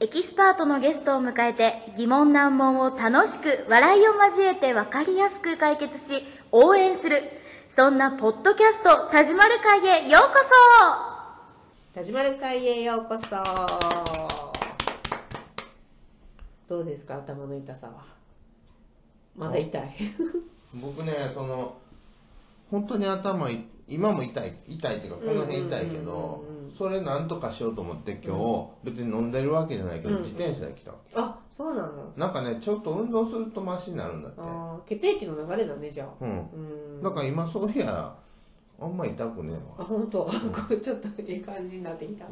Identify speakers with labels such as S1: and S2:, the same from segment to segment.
S1: エキスパートのゲストを迎えて疑問難問を楽しく笑いを交えて分かりやすく解決し応援するそんなポッドキャスト「田島る会」へようこそ
S2: 田島る会へようこそどうですか頭の痛さはまだ痛い
S3: 僕ねその本当に頭い今も痛い痛いっていうかこの辺痛いけ
S2: う
S3: ど
S2: んうんうんうん
S3: それなんとかしようと思って今日別に飲んでるわけじゃないけど
S2: うん
S3: 自転車で来たわけ
S2: あそうなの
S3: なんかねちょっと運動するとマシになるんだって
S2: あー血液の流れだねじゃあ
S3: うん
S2: うん
S3: だから今そういやあんま痛くねえ
S2: あ
S3: わ、
S2: 本当、これちょっといい感じになってきた、
S3: う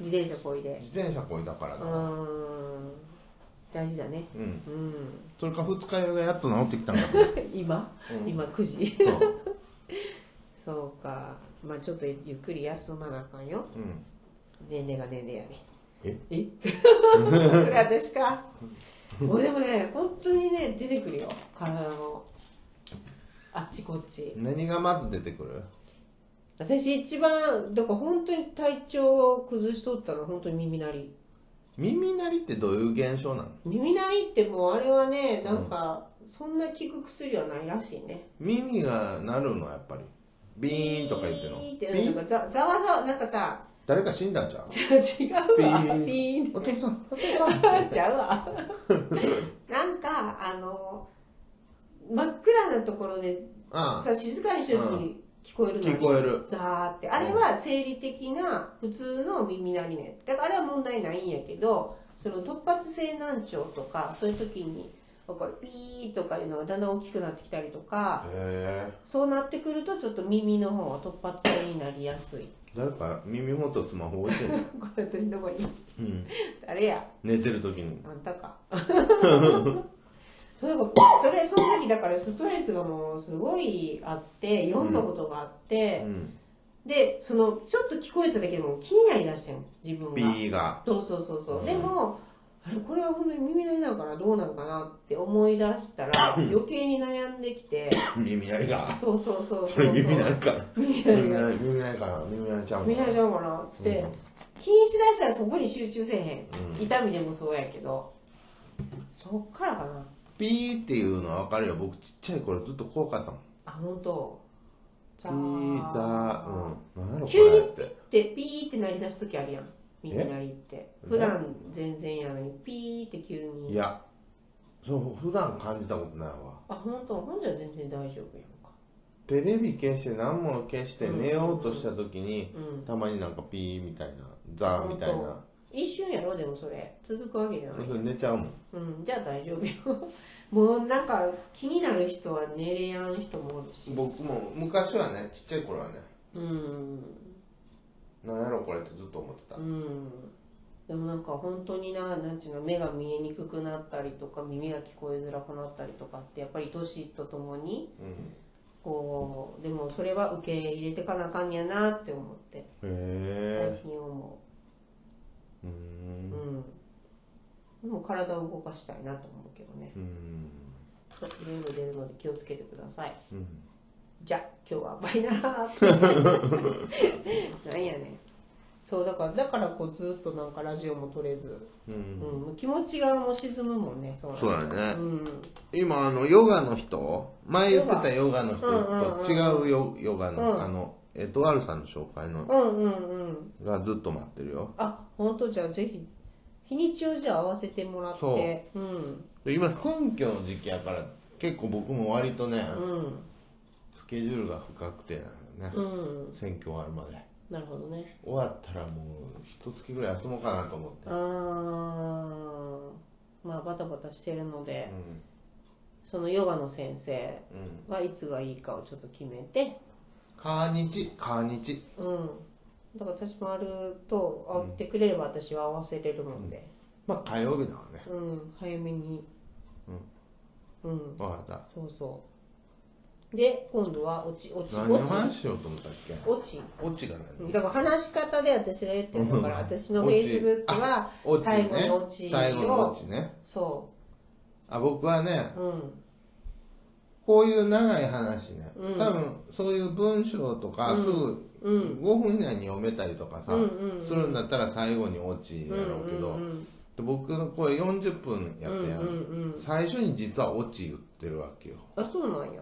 S2: 自転車こい
S3: ん、
S2: で
S3: 自転車こいだから
S2: う
S3: だわ
S2: ん大事だね
S3: うん
S2: うん
S3: それか二日酔いがやっと治ってきたん だと思う
S2: 今、
S3: うん
S2: 今9時
S3: そう
S2: そうかまあちょっとゆっくり休まなあかんよ
S3: うん
S2: 年齢が年齢やね
S3: え
S2: え それ私かもうでもね本当にね出てくるよ体のあっちこっち
S3: 何がまず出てくる
S2: 私一番だから本当に体調を崩しとったのは本当に耳鳴り
S3: 耳鳴りってどういう現象なの
S2: 耳鳴りってもうあれはねなんかそんな効く薬はないらしいね
S3: 耳が鳴るのやっぱりビーンとか言っての
S2: ピーっ
S3: ビ
S2: てなん
S3: ー
S2: か
S3: ン
S2: ざざわざわなんかさ
S3: 誰か死んだんちゃう
S2: じゃあ違うわピーンって
S3: お父さん
S2: ちゃうわなんかあの真っ暗なところで
S3: ああ
S2: さ静かにしてる時に聞こえるの
S3: 聞こえる
S2: ザーってあれは生理的な普通の耳鳴りねだからあれは問題ないんやけどその突発性難聴とかそういう時にこれピーとかいうのがだんだん大きくなってきたりとか
S3: へえ
S2: そうなってくるとちょっと耳の方は突発性になりや すい
S3: 誰か耳元スマホ置いて んの、
S2: これ私どこに
S3: うん、
S2: 誰や
S3: 寝てる時に
S2: あんた か。それがそれその時だからストレスがもうすごいあっていろんなことがあっ
S3: う
S2: て、
S3: ん
S2: でそのちょっと聞こえただけでも気になりだしてん自分が
S3: ビーが
S2: そうそうそうそう、
S3: うん
S2: でもあれこれは本当に耳鳴りなのかなどうなのかなって思い出したら余計に悩んできて
S3: 耳鳴りが
S2: そうそうそう
S3: そ
S2: そうそ
S3: れ
S2: う
S3: 耳鳴りか
S2: 耳鳴り
S3: 耳
S2: が
S3: 鳴り耳鳴りか耳鳴りちゃう
S2: 見られち
S3: ゃ
S2: ゃうかなって、
S3: うん
S2: 気にしだしたらそこに集中せえへん、
S3: うん
S2: 痛みでもそうやけどそっからかな
S3: ピーっていうのは分かるよ僕ちっちゃい頃ずっと怖かったもん
S2: あ本当
S3: ピ
S2: ザ
S3: ーザーうん何やろこ
S2: 急
S3: れ
S2: に
S3: って
S2: でピーって鳴り出す時あるやん耳鳴りって
S3: え
S2: 普段全然やのにピーって急
S3: い
S2: に
S3: やそう普段感じたことないわ
S2: あ本当本じゃ全然大丈夫やんか
S3: テレビ消して何も消して寝ようとした時に
S2: うん
S3: たまになんかピーみたいなザーみたいな
S2: 一瞬やろでもそれ続くわけじゃない、
S3: それ寝ちゃうもん
S2: うん、じゃあ大丈夫よ もうなんか気になる人は寝れやん人もおるし
S3: 僕も昔はねちっちゃい頃はね
S2: うん
S3: なんやろこれってずっと思ってた
S2: うんでもなんか本当にななんていうの目が見えにくくなったりとか耳が聞こえづらくなったりとかってやっぱり年とともに
S3: うん
S2: こうでもそれは受け入れてかなあかんやなって思って
S3: へ
S2: 最
S3: え
S2: 近思
S3: うー
S2: う、
S3: ん
S2: うん、でも体を動かしたいなと思うけどね
S3: うーん
S2: ちょっといろいろ出るので気をつけてください
S3: うん
S2: じゃあ今日はバイナラーなんやねんそうだからだからこうずっとなんかラジオも撮れず、
S3: う
S2: うん
S3: ん、
S2: もう気持ちがもう沈むもんねそうなると
S3: そうだね
S2: うん
S3: 今あのヨガの人前言ってたヨガの人と違うヨヨガ
S2: うん
S3: のあのエトワールさんの紹介の
S2: うんうんうん
S3: がずっと待ってるよ
S2: あ本当じゃあぜひ日にちをじゃあ合わせてもらって
S3: そう
S2: ううん
S3: で今根拠の時期やから結構僕も割とね
S2: うん
S3: スケジュールが不確定なの
S2: う
S3: ね
S2: ん
S3: 選挙終わるまで
S2: なるほどね
S3: 終わったらもう一月ぐらい休もうかなと思っ
S2: あ
S3: て
S2: ーまあバタバタしてるのでそのヨガの先生
S3: うんうん
S2: はいつがいいかをちょっと決めて
S3: 川日川日
S2: うんだから私もあると会ってくれれば私は合わせれるもんで
S3: まあ火曜日だわね
S2: うん、早めにうん、うん、
S3: わかっ
S2: そうそうで今度は落ち落ち
S3: た何の
S2: 落ち
S3: 話しようと思ったっけ
S2: 落ち
S3: オチが
S2: うん
S3: 何
S2: だから話し方で私が言ってるのから
S3: うん
S2: 私のフェ
S3: オ
S2: イ
S3: チ
S2: スブックは
S3: オチ
S2: 最後
S3: ね
S2: のオチ
S3: 最後の
S2: を
S3: オチね
S2: そ
S3: あ僕はね
S2: ううん
S3: こういう長い話ね、
S2: うん
S3: 多分そういう文章とかすぐ
S2: うん
S3: 5分以内に読めたりとかさ、
S2: うんうんうん
S3: するんだったら最後にオチやろうけど、
S2: うんうんうん
S3: で僕の声40分やったやん,、
S2: うんうんうん
S3: 最初に実はオチ言ってるわけよ
S2: あそうなんや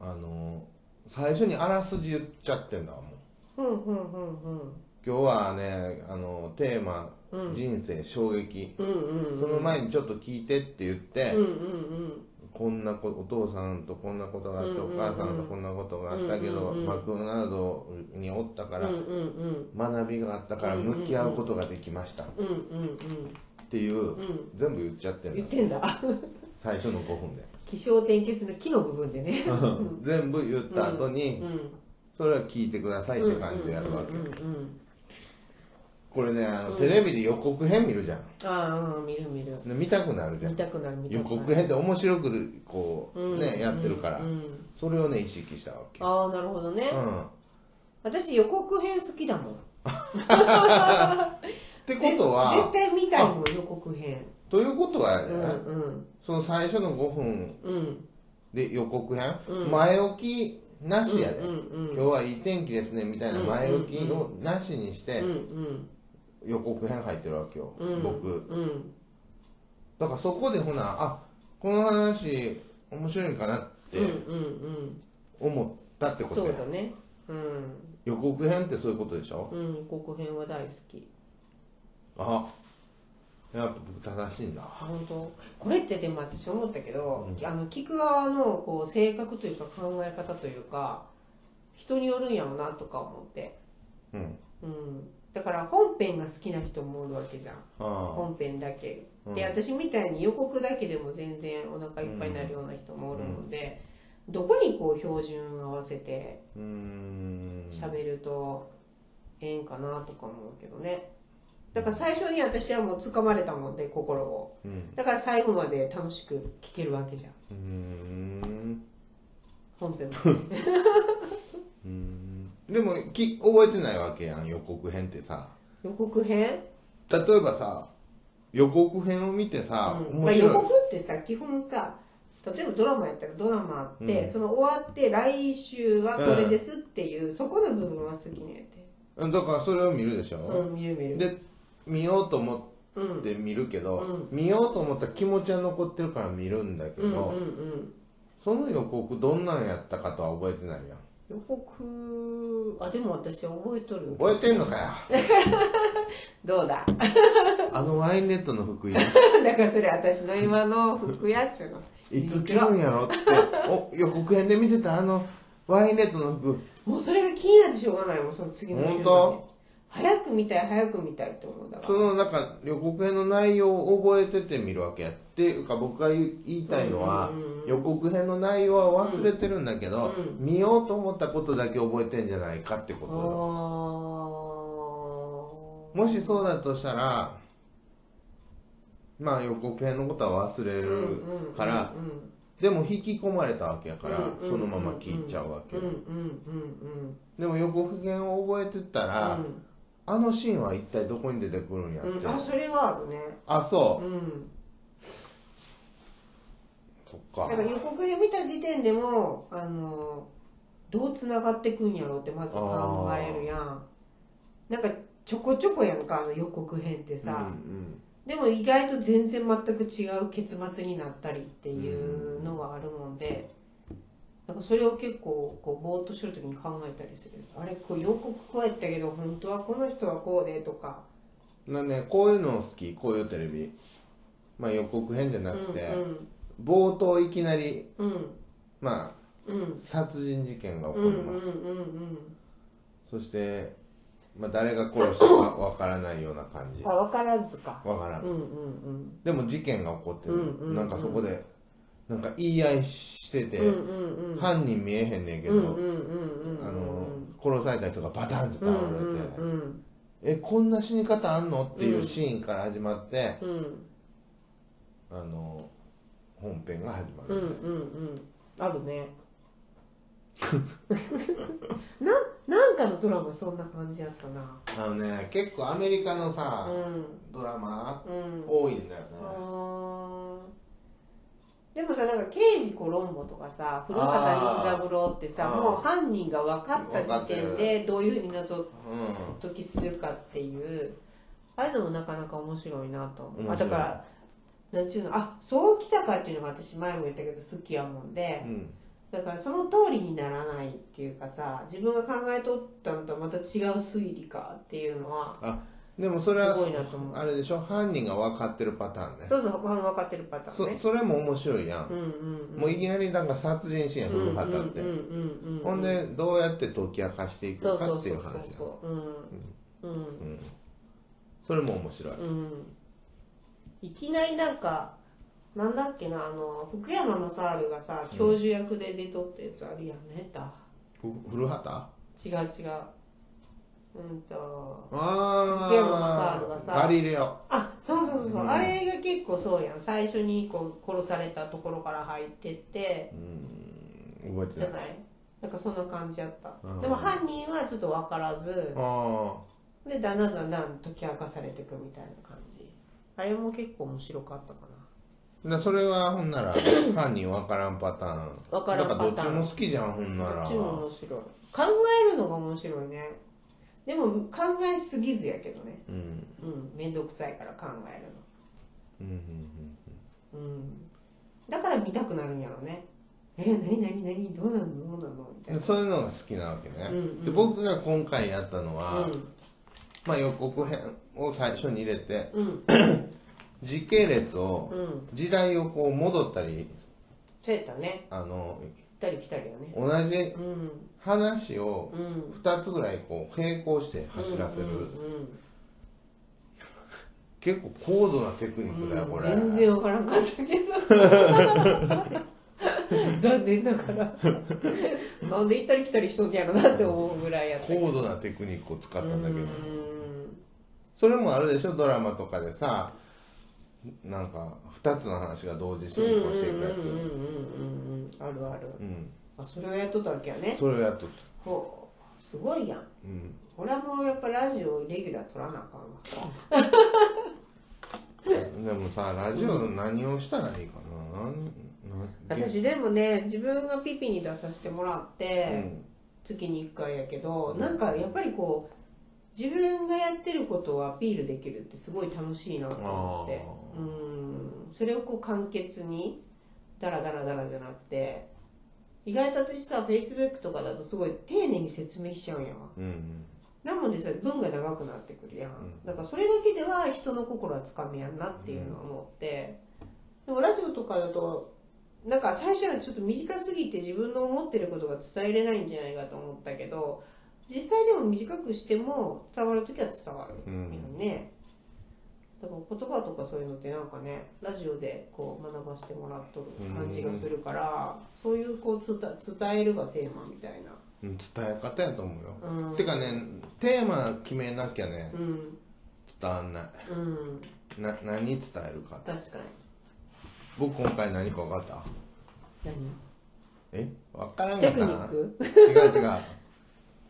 S3: あの最初にあらすじ言っちゃってんだわもう
S2: うんうんうんうん
S3: 今日はねあのテーマ、
S2: うん
S3: 人生衝撃、
S2: うんうんうん
S3: その前にちょっと聞いてって言って、
S2: うんうん
S3: こんなこお父さんとこんなことがあって、
S2: うんうんうん
S3: お母さんとこんなことがあったけ
S2: うん
S3: ど、
S2: うんうん
S3: マクドナルドにおったか
S2: うんう
S3: ら、
S2: んうん
S3: 学びがあったから向き合うことができましたっ
S2: うんうん
S3: ていう、
S2: ん
S3: 全部言っちゃって
S2: うん
S3: る
S2: 言ってんだ
S3: 最初の5分で
S2: 気象転結の木の部分でね
S3: 全部言った後に、
S2: うん
S3: それは聞いてくださいって感じでやるわけ、
S2: うんうんうんうん
S3: これねあの、テレビで予告編見るじゃん
S2: ああ見る見る
S3: で見たくなるじゃ
S2: 見
S3: ん
S2: たくなる見たくな
S3: 予
S2: る
S3: 告編って面白くこう、ねやってるから、
S2: うん
S3: それをね意識したわけ、
S2: ああなるほどね、
S3: うん、っ
S2: 私予告編好きだもん
S3: てことは
S2: ぜ絶対見たいもん予告編
S3: ということは、
S2: うんうん
S3: その最初の5分
S2: うん
S3: で予告編、
S2: うん
S3: 前置きなしやで、
S2: うんうんうん
S3: 今日はいい天気ですねみたいな前置きをなしにし
S2: う
S3: て
S2: ん
S3: 予告編入ってるわけよ、
S2: うんうん
S3: 僕
S2: うん
S3: だからそこでほなあこの話面白いんかなっ
S2: うん
S3: て
S2: うんうん
S3: 思ったってこと
S2: そう
S3: や、
S2: だねうん
S3: 予告編ってそういうことでしょ、
S2: うん予告編は大好き
S3: あやっぱ僕正しいんだ
S2: あ本当これってでも私思ったけど、あの聞く側のこう性格というか考え方というか人によるんやろなとか思って
S3: うん
S2: うんだから本編が好きな人もおるわけじゃん
S3: あ
S2: 本編だけ
S3: うん
S2: で私みたいに予告だけでも全然お腹いっぱいになるような人もおるので、どこにこう標準合わせて
S3: うーん
S2: 喋るとええんかなとか思うけどねだから最初に私はもう掴まれたもんで心を
S3: うん
S2: だから最後まで楽しく聞けるわけじゃん
S3: うーん
S2: 本編も
S3: うーんでもき覚えてないわけやん予告編ってさ
S2: 予告編、
S3: 例えばさ予告編を見てさ、
S2: うんまあ、
S3: 面白
S2: 予
S3: い、
S2: 告ってさ基本さ例えばドラマやったらドラマあって、
S3: うん
S2: その終わって来週はこれですっていう、そこの部分は好きねって
S3: うんだからそれを見るでし
S2: う
S3: ょ、
S2: ん見る見る
S3: で見ようと思
S2: うんう
S3: っ
S2: ん
S3: て見るけど、
S2: う
S3: 見ようと思った気持ちは残ってるから見るんだけど、
S2: うんうん
S3: その予告どんなんやったかとは覚えてないやん
S2: 予告あでも私覚えとる
S3: 覚えてんのかよ
S2: どうだ
S3: あのワインレッドの服いい
S2: だからそれ私の今の服やっちゅうの
S3: いつ着るんや ろってお予告編で見てたあのワインレッドの服
S2: もうそれが気になってしょうがないもんその次の週まで
S3: 本当
S2: 早く見たい早く見たいと思うだか
S3: そ
S2: ら
S3: のなんか予告編の内容を覚えてて見るわけやっていうか僕が言い言いたいのは、
S2: うんうんうん
S3: 予告編の内容は忘れてるんだけど、
S2: う
S3: 見ようと思ったことだけ覚えてんじゃないかってこ
S2: あ
S3: とよ
S2: ー
S3: もしそうだとしたらまあ予告編のことは忘れ
S2: うん
S3: る
S2: うん
S3: から、
S2: うんうん
S3: でも引き込まれたわけやから、
S2: うんうん
S3: そのまま聞いちゃうわけ
S2: う
S3: よ、
S2: んうんうん
S3: でも予告編を覚えてた
S2: う
S3: ら、
S2: ん
S3: あのシーンは一体どこに出てくるんやって、
S2: うんうんあそれはあるね
S3: あ
S2: う
S3: そ
S2: ん
S3: う、そ
S2: だ
S3: っか
S2: から予告編見た時点でもあのどうつながってくんやろうってまず考えるやんなんかちょこちょこやんかあの予告編ってさ、
S3: うん
S2: でも意外と全然全く違う結末になったりっていうのがあるもんで、なんかそれを結構こうぼーっとしてる時に考えたりするあれこう予告こうやったけど本当はこの人はこうでとか
S3: うん、なんでこういうの好きこういうテレビまあ予告編じゃなくて、冒頭いきなり
S2: うんうん
S3: まあ
S2: うんうん
S3: 殺人事件が
S2: う
S3: 起こ
S2: んう
S3: り
S2: ん
S3: ます、
S2: うん
S3: そして、まあ、誰が殺したかわからないような感じ
S2: あ分からずか
S3: わから、
S2: うんんうんうん
S3: でも事件が起こってる、
S2: うんうんうん
S3: なんかそこでなんか言い合いしてて、
S2: うんうんうん
S3: 犯人見えへんねんけど、
S2: うんうんうん
S3: あの殺された人がバタンと
S2: うん
S3: 倒れて、
S2: うんうん
S3: えこんな死に方あんのっていうシーンから始まって、
S2: うん
S3: あの本編が始ま
S2: うんうんう
S3: る、
S2: んあるねななんかのドラマそんな感じやったな
S3: あのね結構アメリカのさ、
S2: うん
S3: ドラマ
S2: うん
S3: 多いんだよね、
S2: あーでもさなんか刑事コロンボとかさ古畑任三郎ってさ
S3: あー
S2: もう犯人が分かった時点
S3: 分かって
S2: でどういうふうに謎
S3: うん
S2: 解きするかっていうああいうのもなかなか面白いなと思う、
S3: 面
S2: あ
S3: 白
S2: だ
S3: い
S2: からなんちゅうのあそうきたかっていうのが私前も言ったけど好きやもんで、
S3: うん
S2: だからその通りにならないっていうかさ自分が考えとったのとまた違う推理かっていうのは
S3: あでもそれは
S2: すごいなと思う
S3: あれでしょ犯人が分かってるパターンね
S2: そうそうまあ分かってるパターン
S3: そ
S2: ね
S3: それも面白いや、
S2: うんんうんうん
S3: もういきなりなんか殺人シーンや古
S2: うん
S3: 畑って、
S2: うんうんうんうん
S3: ほんでどうやって解き明かしてい
S2: そ
S3: く
S2: うそ
S3: か
S2: う
S3: って
S2: そ
S3: いうう話
S2: そう
S3: そ
S2: そううんうん
S3: れも面白い、
S2: うんいきなりなんかなんだっけなあの福山雅治がさ教授役で出とったやつあるやんねだ
S3: ふ古畑あ
S2: 違う違ううんと
S3: あ
S2: 福山雅治がさ
S3: ガリレオ
S2: あそうそうそうそう、
S3: うん
S2: あれが結構そうやん最初にこう殺されたところから入ってって
S3: うん覚え
S2: じゃ
S3: て
S2: な
S3: ない
S2: いなんかそんな感じやった
S3: うん
S2: でも犯人はちょっと分からず
S3: あ
S2: でだんだんだんだん解き明かされていくみたいな感じあれも結構面白かったか
S3: あなそれはほん なら犯人分からんパターン
S2: 分からんパターン
S3: なんかどっちも好きじゃんほんな
S2: なこ
S3: ら
S2: っちも面白い考えるのが面白いねでも考えすぎずやけどね
S3: うん
S2: うん面倒くさいから考え
S3: うんうんうん
S2: るのうんだから見たくなるんやろねえ何何何どうなのどうなのみたいな
S3: でそういうのが好きなわけね、
S2: うんうん
S3: で僕が今回やったのは、
S2: うん
S3: まあ、予告編を最初に入れて
S2: うん
S3: 時系列を
S2: うん
S3: 時代をこう戻ったり
S2: そうやったね
S3: あの
S2: 行ったり来たりよね
S3: 同じ
S2: うん
S3: 話を
S2: うん
S3: 2つぐらいこう並行して走らせる、
S2: うん
S3: 結構高度なテクニ
S2: う
S3: ッ
S2: ん
S3: クだよこれ、
S2: 全然わからんかったけ ど残念ながらなんで行ったり来たりしとんやろなって思うぐらいやったけど
S3: 高度なテクニックを使ったんだけど、
S2: うん
S3: それもあるでしょドラマとかでさなんか2つの話が同時進行してい
S2: うんう
S3: くやつ、
S2: んうんうんうんあるある
S3: うん
S2: あそれをやっとったわけやね
S3: それをやっとった、
S2: ほうすごいやん
S3: うん、
S2: 俺はもうやっぱラジオレギュラー取らなあかんわ
S3: でもさラジオの何をしたらいいかななんなん
S2: 私でもね自分がピピに出させてもらっ
S3: う
S2: て、
S3: ん
S2: 月に1回やけどなんかやっぱりこう自分がやってることをアピールできるってすごい楽しいなと思って
S3: あー
S2: うんそれをこう簡潔にダラダラダラじゃなくて意外と私さ Facebook とかだとすごい丁寧に説明しちゃうんやわ
S3: うん
S2: なのでさ文が長くなってくるやん、
S3: うん
S2: だからそれだけでは人の心はつかみやんなっていうのは思って、でもラジオとかだとなんか最初はちょっと短すぎて自分の思ってることが伝えれないんじゃないかと思ったけど実際でも短くしても伝わる時は伝わる
S3: うん
S2: よね、だから言葉とかそういうのってなんかねラジオでこう学ばせてもらっとる感じがするから、そういうこう伝伝えるがテーマみたいな
S3: うん伝え方やと思うよ、
S2: うん
S3: てかねテーマ決めなきゃね
S2: うん
S3: 伝わんな
S2: うん
S3: いな何伝えるか
S2: 確かに
S3: 僕今回何か分かった
S2: 何
S3: え分からんか
S2: テ
S3: っ
S2: クニ
S3: た
S2: ック
S3: 違う違う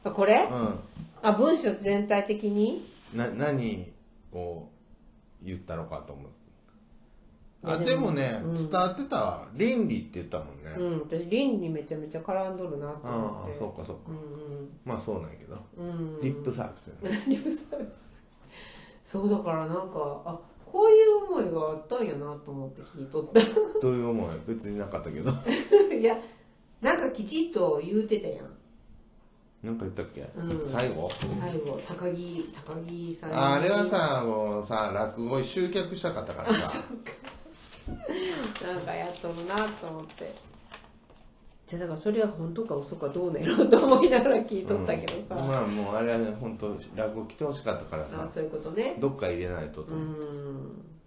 S2: あこれ
S3: うん
S2: あ文章全体的に
S3: な何を言ったのかと思うあ
S2: いやで
S3: で
S2: も
S3: もね、
S2: うん
S3: 伝わってたわ倫理って言ったもんね、
S2: う
S3: あ
S2: ん私倫理めちゃめちゃ絡んどるなと思
S3: あ
S2: って
S3: そうかそうか
S2: うん
S3: まあそうなんやけど、
S2: うんうん
S3: リップサービスやね
S2: リップサービスそうだからなんかあこういう思いがあったんやなと思って聞いとった
S3: どういう思い別になかったけど
S2: いやなんかきちっと言うてたやん
S3: なんか言ったっけ、
S2: うん
S3: 最後
S2: 最後高木高木さんに
S3: ああれはさもうさ落語に集客したかったか らさ
S2: なんかやっとるなと思ってじゃあだからそれは本当か嘘かどうねろうと思いながら聞いとったけどさ、
S3: うんまあもうあれはね本当落語来てほしかったから
S2: あ
S3: さ
S2: そういうことね
S3: どっか入れないとと
S2: う
S3: 思って、
S2: ん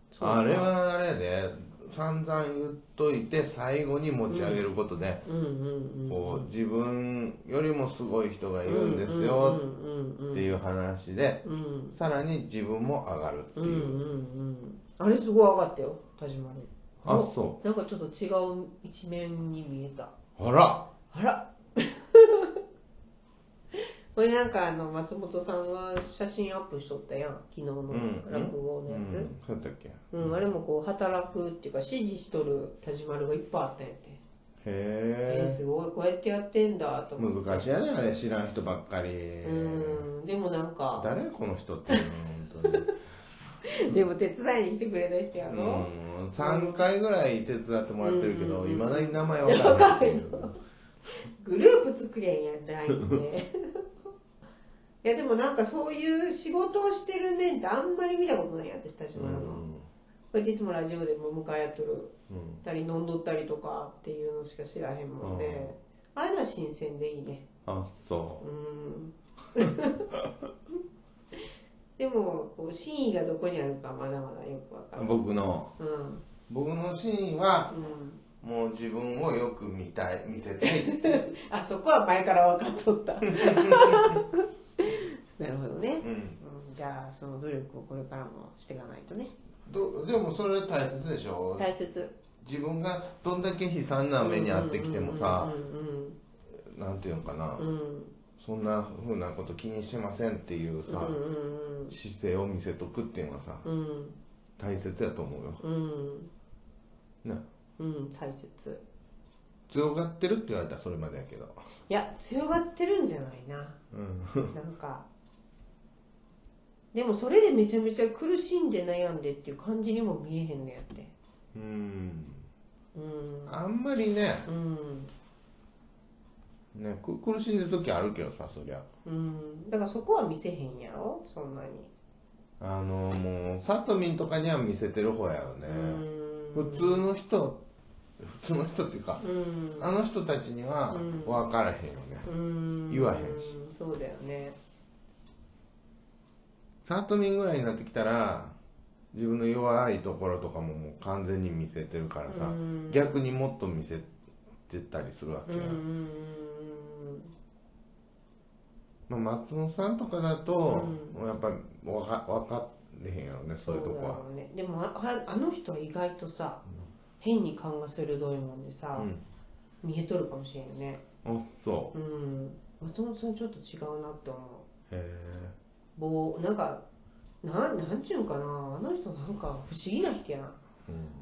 S2: そうだ
S3: あれはあれやで散々言っといて最後に持ち上げることで、
S2: うんうんうん
S3: こう自分よりもすごい人がいるんですよ
S2: うんうん
S3: っていう話で
S2: うんうん
S3: さらに自分も上がるって
S2: うんう
S3: い
S2: ん
S3: う、
S2: うんあれすごい上がったよ田島に
S3: あそ
S2: なんかちょっと違う一面に見えた
S3: うあら
S2: あら これなんかあの松本さんが写真アップしとったやん昨日の落語のやつ、
S3: うん、そうやったっけへ
S2: うんあれもこう働くっていうか指示しとる田島がいっぱいあったんやってえー、
S3: え
S2: すごいこうやってやってんだと思って
S3: 難しいやねあれ知らん人ばっかり
S2: うんでもなんか
S3: 誰この人っていうの本
S2: でも手伝いに来てくれた人や
S3: う
S2: ろ、
S3: ん、3回ぐらい手伝ってもらってるけど、いまだに名前わ
S2: わ
S3: か
S2: からら
S3: な
S2: ないいのグループ作りゃいいんやったらいいんで いやでもなんかそういう仕事をしてる面ってあんまり見たことないや私たち
S3: う
S2: の、あのこ
S3: ん
S2: うやっていつもラジオでも迎えやっとる
S3: うん
S2: たり飲んどったりとかっていうのしか知らへんもんで、ああいうのは新鮮でいいね
S3: あそううん
S2: でもこう真意がどこにあるかまだまだよくわかる
S3: 僕の
S2: うんうん
S3: 僕のシーンはもう自分をよく見たい見せたいっていう、
S2: あそこは前から分かっとった なるほどね、
S3: うん、
S2: うん、じゃあその努力をこれからもしていかないとね
S3: どでもそれは大切でしょ
S2: 大切
S3: 自分がどんだけ悲惨な目に遭ってきてもさ
S2: うん
S3: なんていうのかな、
S2: うんうんうん
S3: そんなふうなこと気にしてませんっていうさ、
S2: うんうん
S3: 姿勢を見せとくっていうのはさ
S2: うんうん
S3: 大切やと思うよ
S2: うん
S3: な
S2: うん大切
S3: 強がってるって言われたらそれまでやけど、
S2: いや強がってるんじゃないな
S3: うん、
S2: なんかでもそれでめちゃめちゃ苦しんで悩んでっていう感じにも見えへんのやって
S3: うん
S2: うん
S3: あんまりね
S2: うん
S3: ねく苦しんでる時あるけどさそりゃ
S2: うんだからそこは見せへんやろそんなに
S3: あのもうさとみんとかには見せてる方やよね
S2: う、ん
S3: 普通の人普通の人っていうか、
S2: うん
S3: あの人たちには
S2: うん
S3: 分からへんよね
S2: うん
S3: 言わへんし
S2: そうだよね
S3: さとみんぐらいになってきたら自分の弱いところとかももう完全に見せてるから
S2: う
S3: さ、
S2: ん
S3: 逆にもっと見せてたりするわ
S2: う
S3: け
S2: ん
S3: や、まあ、松本さんとかだと、やっぱ分か分かれへんやろねそういうとこは
S2: だろうねでもあああの人は意外とさ変に勘が鋭いもんでさ、見えとるかもしれんね
S3: うんあそう
S2: うん松本さんちょっと違うなって思
S3: へえ
S2: う棒なんかなんなんちゅうんかなあの人なんか不思議な人やな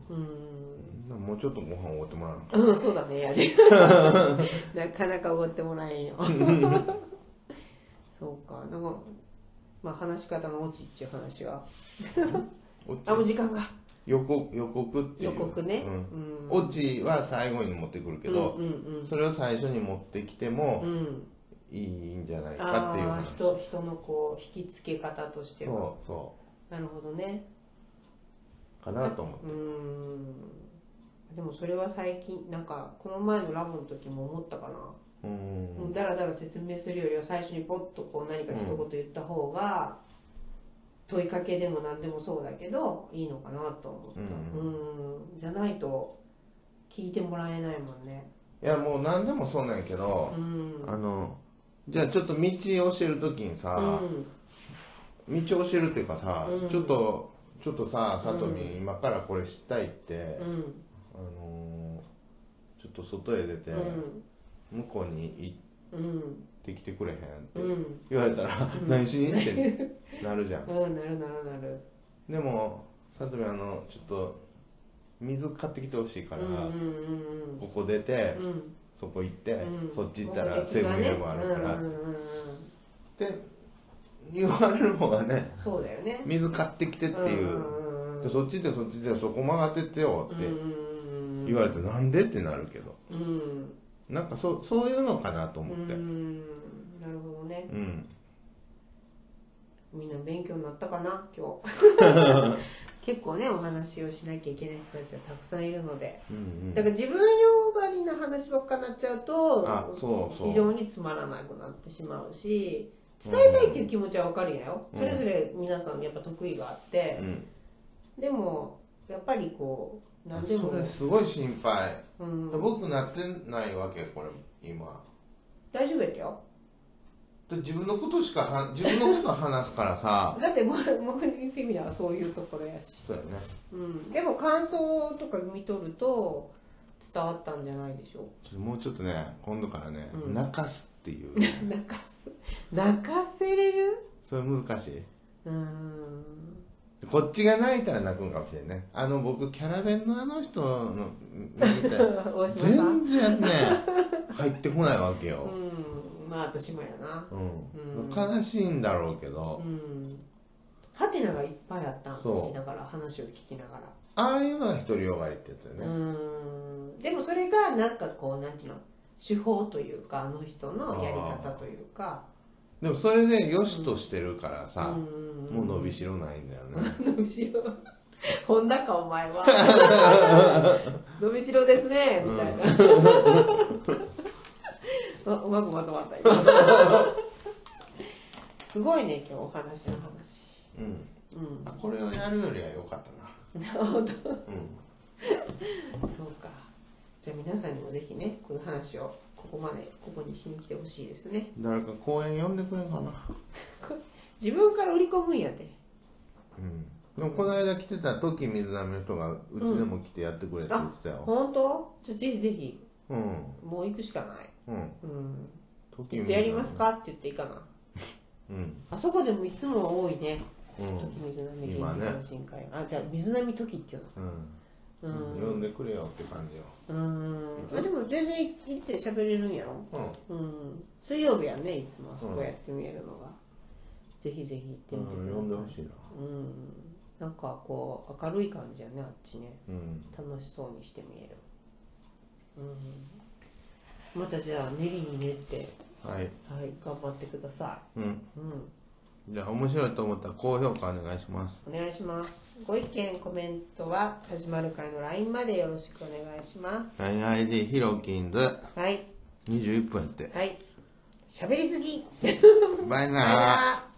S2: うん
S3: もうちょっとご飯おごってもらわな
S2: うん、そうだね、や で。なかなかおごってもらえんよ。そうか、なんか、まあ話し方のオチっていう話は。
S3: オチ
S2: あ、もう時間が。
S3: 予告予告ってい
S2: 予
S3: う
S2: 告ね。
S3: う
S2: うんん。
S3: オチは最後に持ってくるけど、
S2: うんうん
S3: それを最初に持ってきて
S2: う
S3: も
S2: ん。うん。
S3: いいんじゃないか
S2: あ
S3: っていう
S2: あー、
S3: 話
S2: 人、人のこう、引き付け方としては。
S3: そうそ
S2: なるほどね。
S3: うかなと思って
S2: うん。でもそれは最近、なんか、この前のラボの時も思ったかな。
S3: うんうん
S2: だらだら説明するよりは最初にポッとこう何か一言言った方が、問いかけでも何でもそうだけどいいのかなと思った
S3: う
S2: うんじゃないと聞いてもらえないもんね
S3: いやもう何でもそうなんやけど
S2: う、ん
S3: あのじゃあちょっと道教える時にさ、道教えるっていうかさ、
S2: うん
S3: ちょっとちょっとささとみん今からこれ知ったいって
S2: うんう、ん
S3: あのーちょっと外へ出て、向こうに行
S2: う
S3: っ
S2: ん
S3: てきてくれへんっ
S2: う
S3: て
S2: ん
S3: 言われたら、何しにってなる じゃん
S2: うんなるなるなる
S3: でもさとみあのちょっと水買ってきてほしいか
S2: うん
S3: ら、
S2: うんうん
S3: ここ出て、
S2: うんうん
S3: そこ行って、
S2: うん
S3: そっち行ったらセブンイレブンあるから、
S2: うん
S3: っ
S2: うんうんうん
S3: て言われる方がね
S2: そうだよね
S3: 水買ってきてっていう、
S2: うんうんうんうん
S3: でそっち行ってそっち行ってそこ曲がってってよって
S2: うん
S3: 言われて、なんでってなるけど
S2: うん
S3: なんかそそういうのかなと
S2: う
S3: 思ってうん、
S2: んなるほどねみんな勉強になったかな今日 結構ねお話をしなきゃいけない人たちはたくさんいるので
S3: うんうん
S2: だから自分よがりな話ばっかになっちゃうと
S3: あそうそう
S2: 非常につまらなくなってしまうし伝えたいっていう気持ちはわかるんやよ、
S3: うん
S2: それぞれ皆さんやっぱ得意があって
S3: う、ん
S2: でもやっぱりこう何でも
S3: それすごい心配、
S2: うん、
S3: 僕なってないわけこれ今
S2: 大丈夫やったよ
S3: で自分のことしかは 自分のこと話すからさ
S2: だってモーニングセミナーはそういうところやし、
S3: そうやね
S2: うん、でも感想とか見とると伝わったんじゃないでしょうか
S3: ちょっともうちょっとね今度からね、
S2: うん
S3: 泣かすっていう
S2: 泣かす泣かせれる
S3: それ難しいう
S2: ーん
S3: こっちが泣いたら泣くんかもしれんねあの僕キャラ弁のあの人の見て
S2: 大島さん
S3: 全然ね 入ってこないわけ
S2: う
S3: よ、
S2: んまあ私もやな
S3: うん
S2: うん
S3: 悲しいんだろうけ
S2: う
S3: ど、
S2: んハテナがいっぱいあったん
S3: そう
S2: 私だから話を聞きながら
S3: ああいうのは独りよがりってやつだよ
S2: う
S3: ね、
S2: ーんでもそれがなんかこうなんていうの手法というかあの人のやり方というか
S3: でもそれでよしとしてるからさ、
S2: うんうんうん
S3: もう伸びしろないんだよね、
S2: 伸びしろ本だかお前は伸びしろですねみたい な、ううまくまとまった今すごいね今日お話の話
S3: うん、
S2: うん
S3: あこれをやるよりは良かったな
S2: なるほど
S3: うん
S2: そうかじゃあ皆さんにもぜひねこの話をここまでここにしに来てほしいですね
S3: 誰か公演呼んでくれんかな
S2: こ自分から売り込むんやで
S3: うんでもこの間来てた時水波の人がうちでも来てやってくれって言ってたよ
S2: 本当じゃあぜひぜひ
S3: うん
S2: もう行くしかない
S3: うん
S2: うん
S3: 時
S2: い
S3: 水
S2: つや
S3: 波
S2: りますかって言っていいかな
S3: うん
S2: あそこでもいつも多いね
S3: うん
S2: 時水波研
S3: 今ね
S2: 究の深海、あじゃあ水波時っていうのう
S3: うん、
S2: ん
S3: 呼んでくれよって感じよ
S2: うんあでも全然行って喋れるんやろ
S3: うん
S2: うん水曜日やねいつもあそこやってみえるのが、ぜひぜひ行ってみてください、
S3: 呼んでほしいな
S2: うんなんかこう明るい感じやねあっちね
S3: うん
S2: 楽しそうにして見えるうんまたじゃあ練りに練って
S3: はい
S2: はい頑張ってくださ
S3: うん
S2: いうん
S3: じゃあ面白いと思ったら高評価お願いします
S2: お願いしますご意見コメントは始まる会の LINE までよろしくお願いします
S3: LINEID ヒロキンズ
S2: はい
S3: 21分やって
S2: はい喋りすぎ
S3: バイ
S2: バイ
S3: ナー
S2: バイ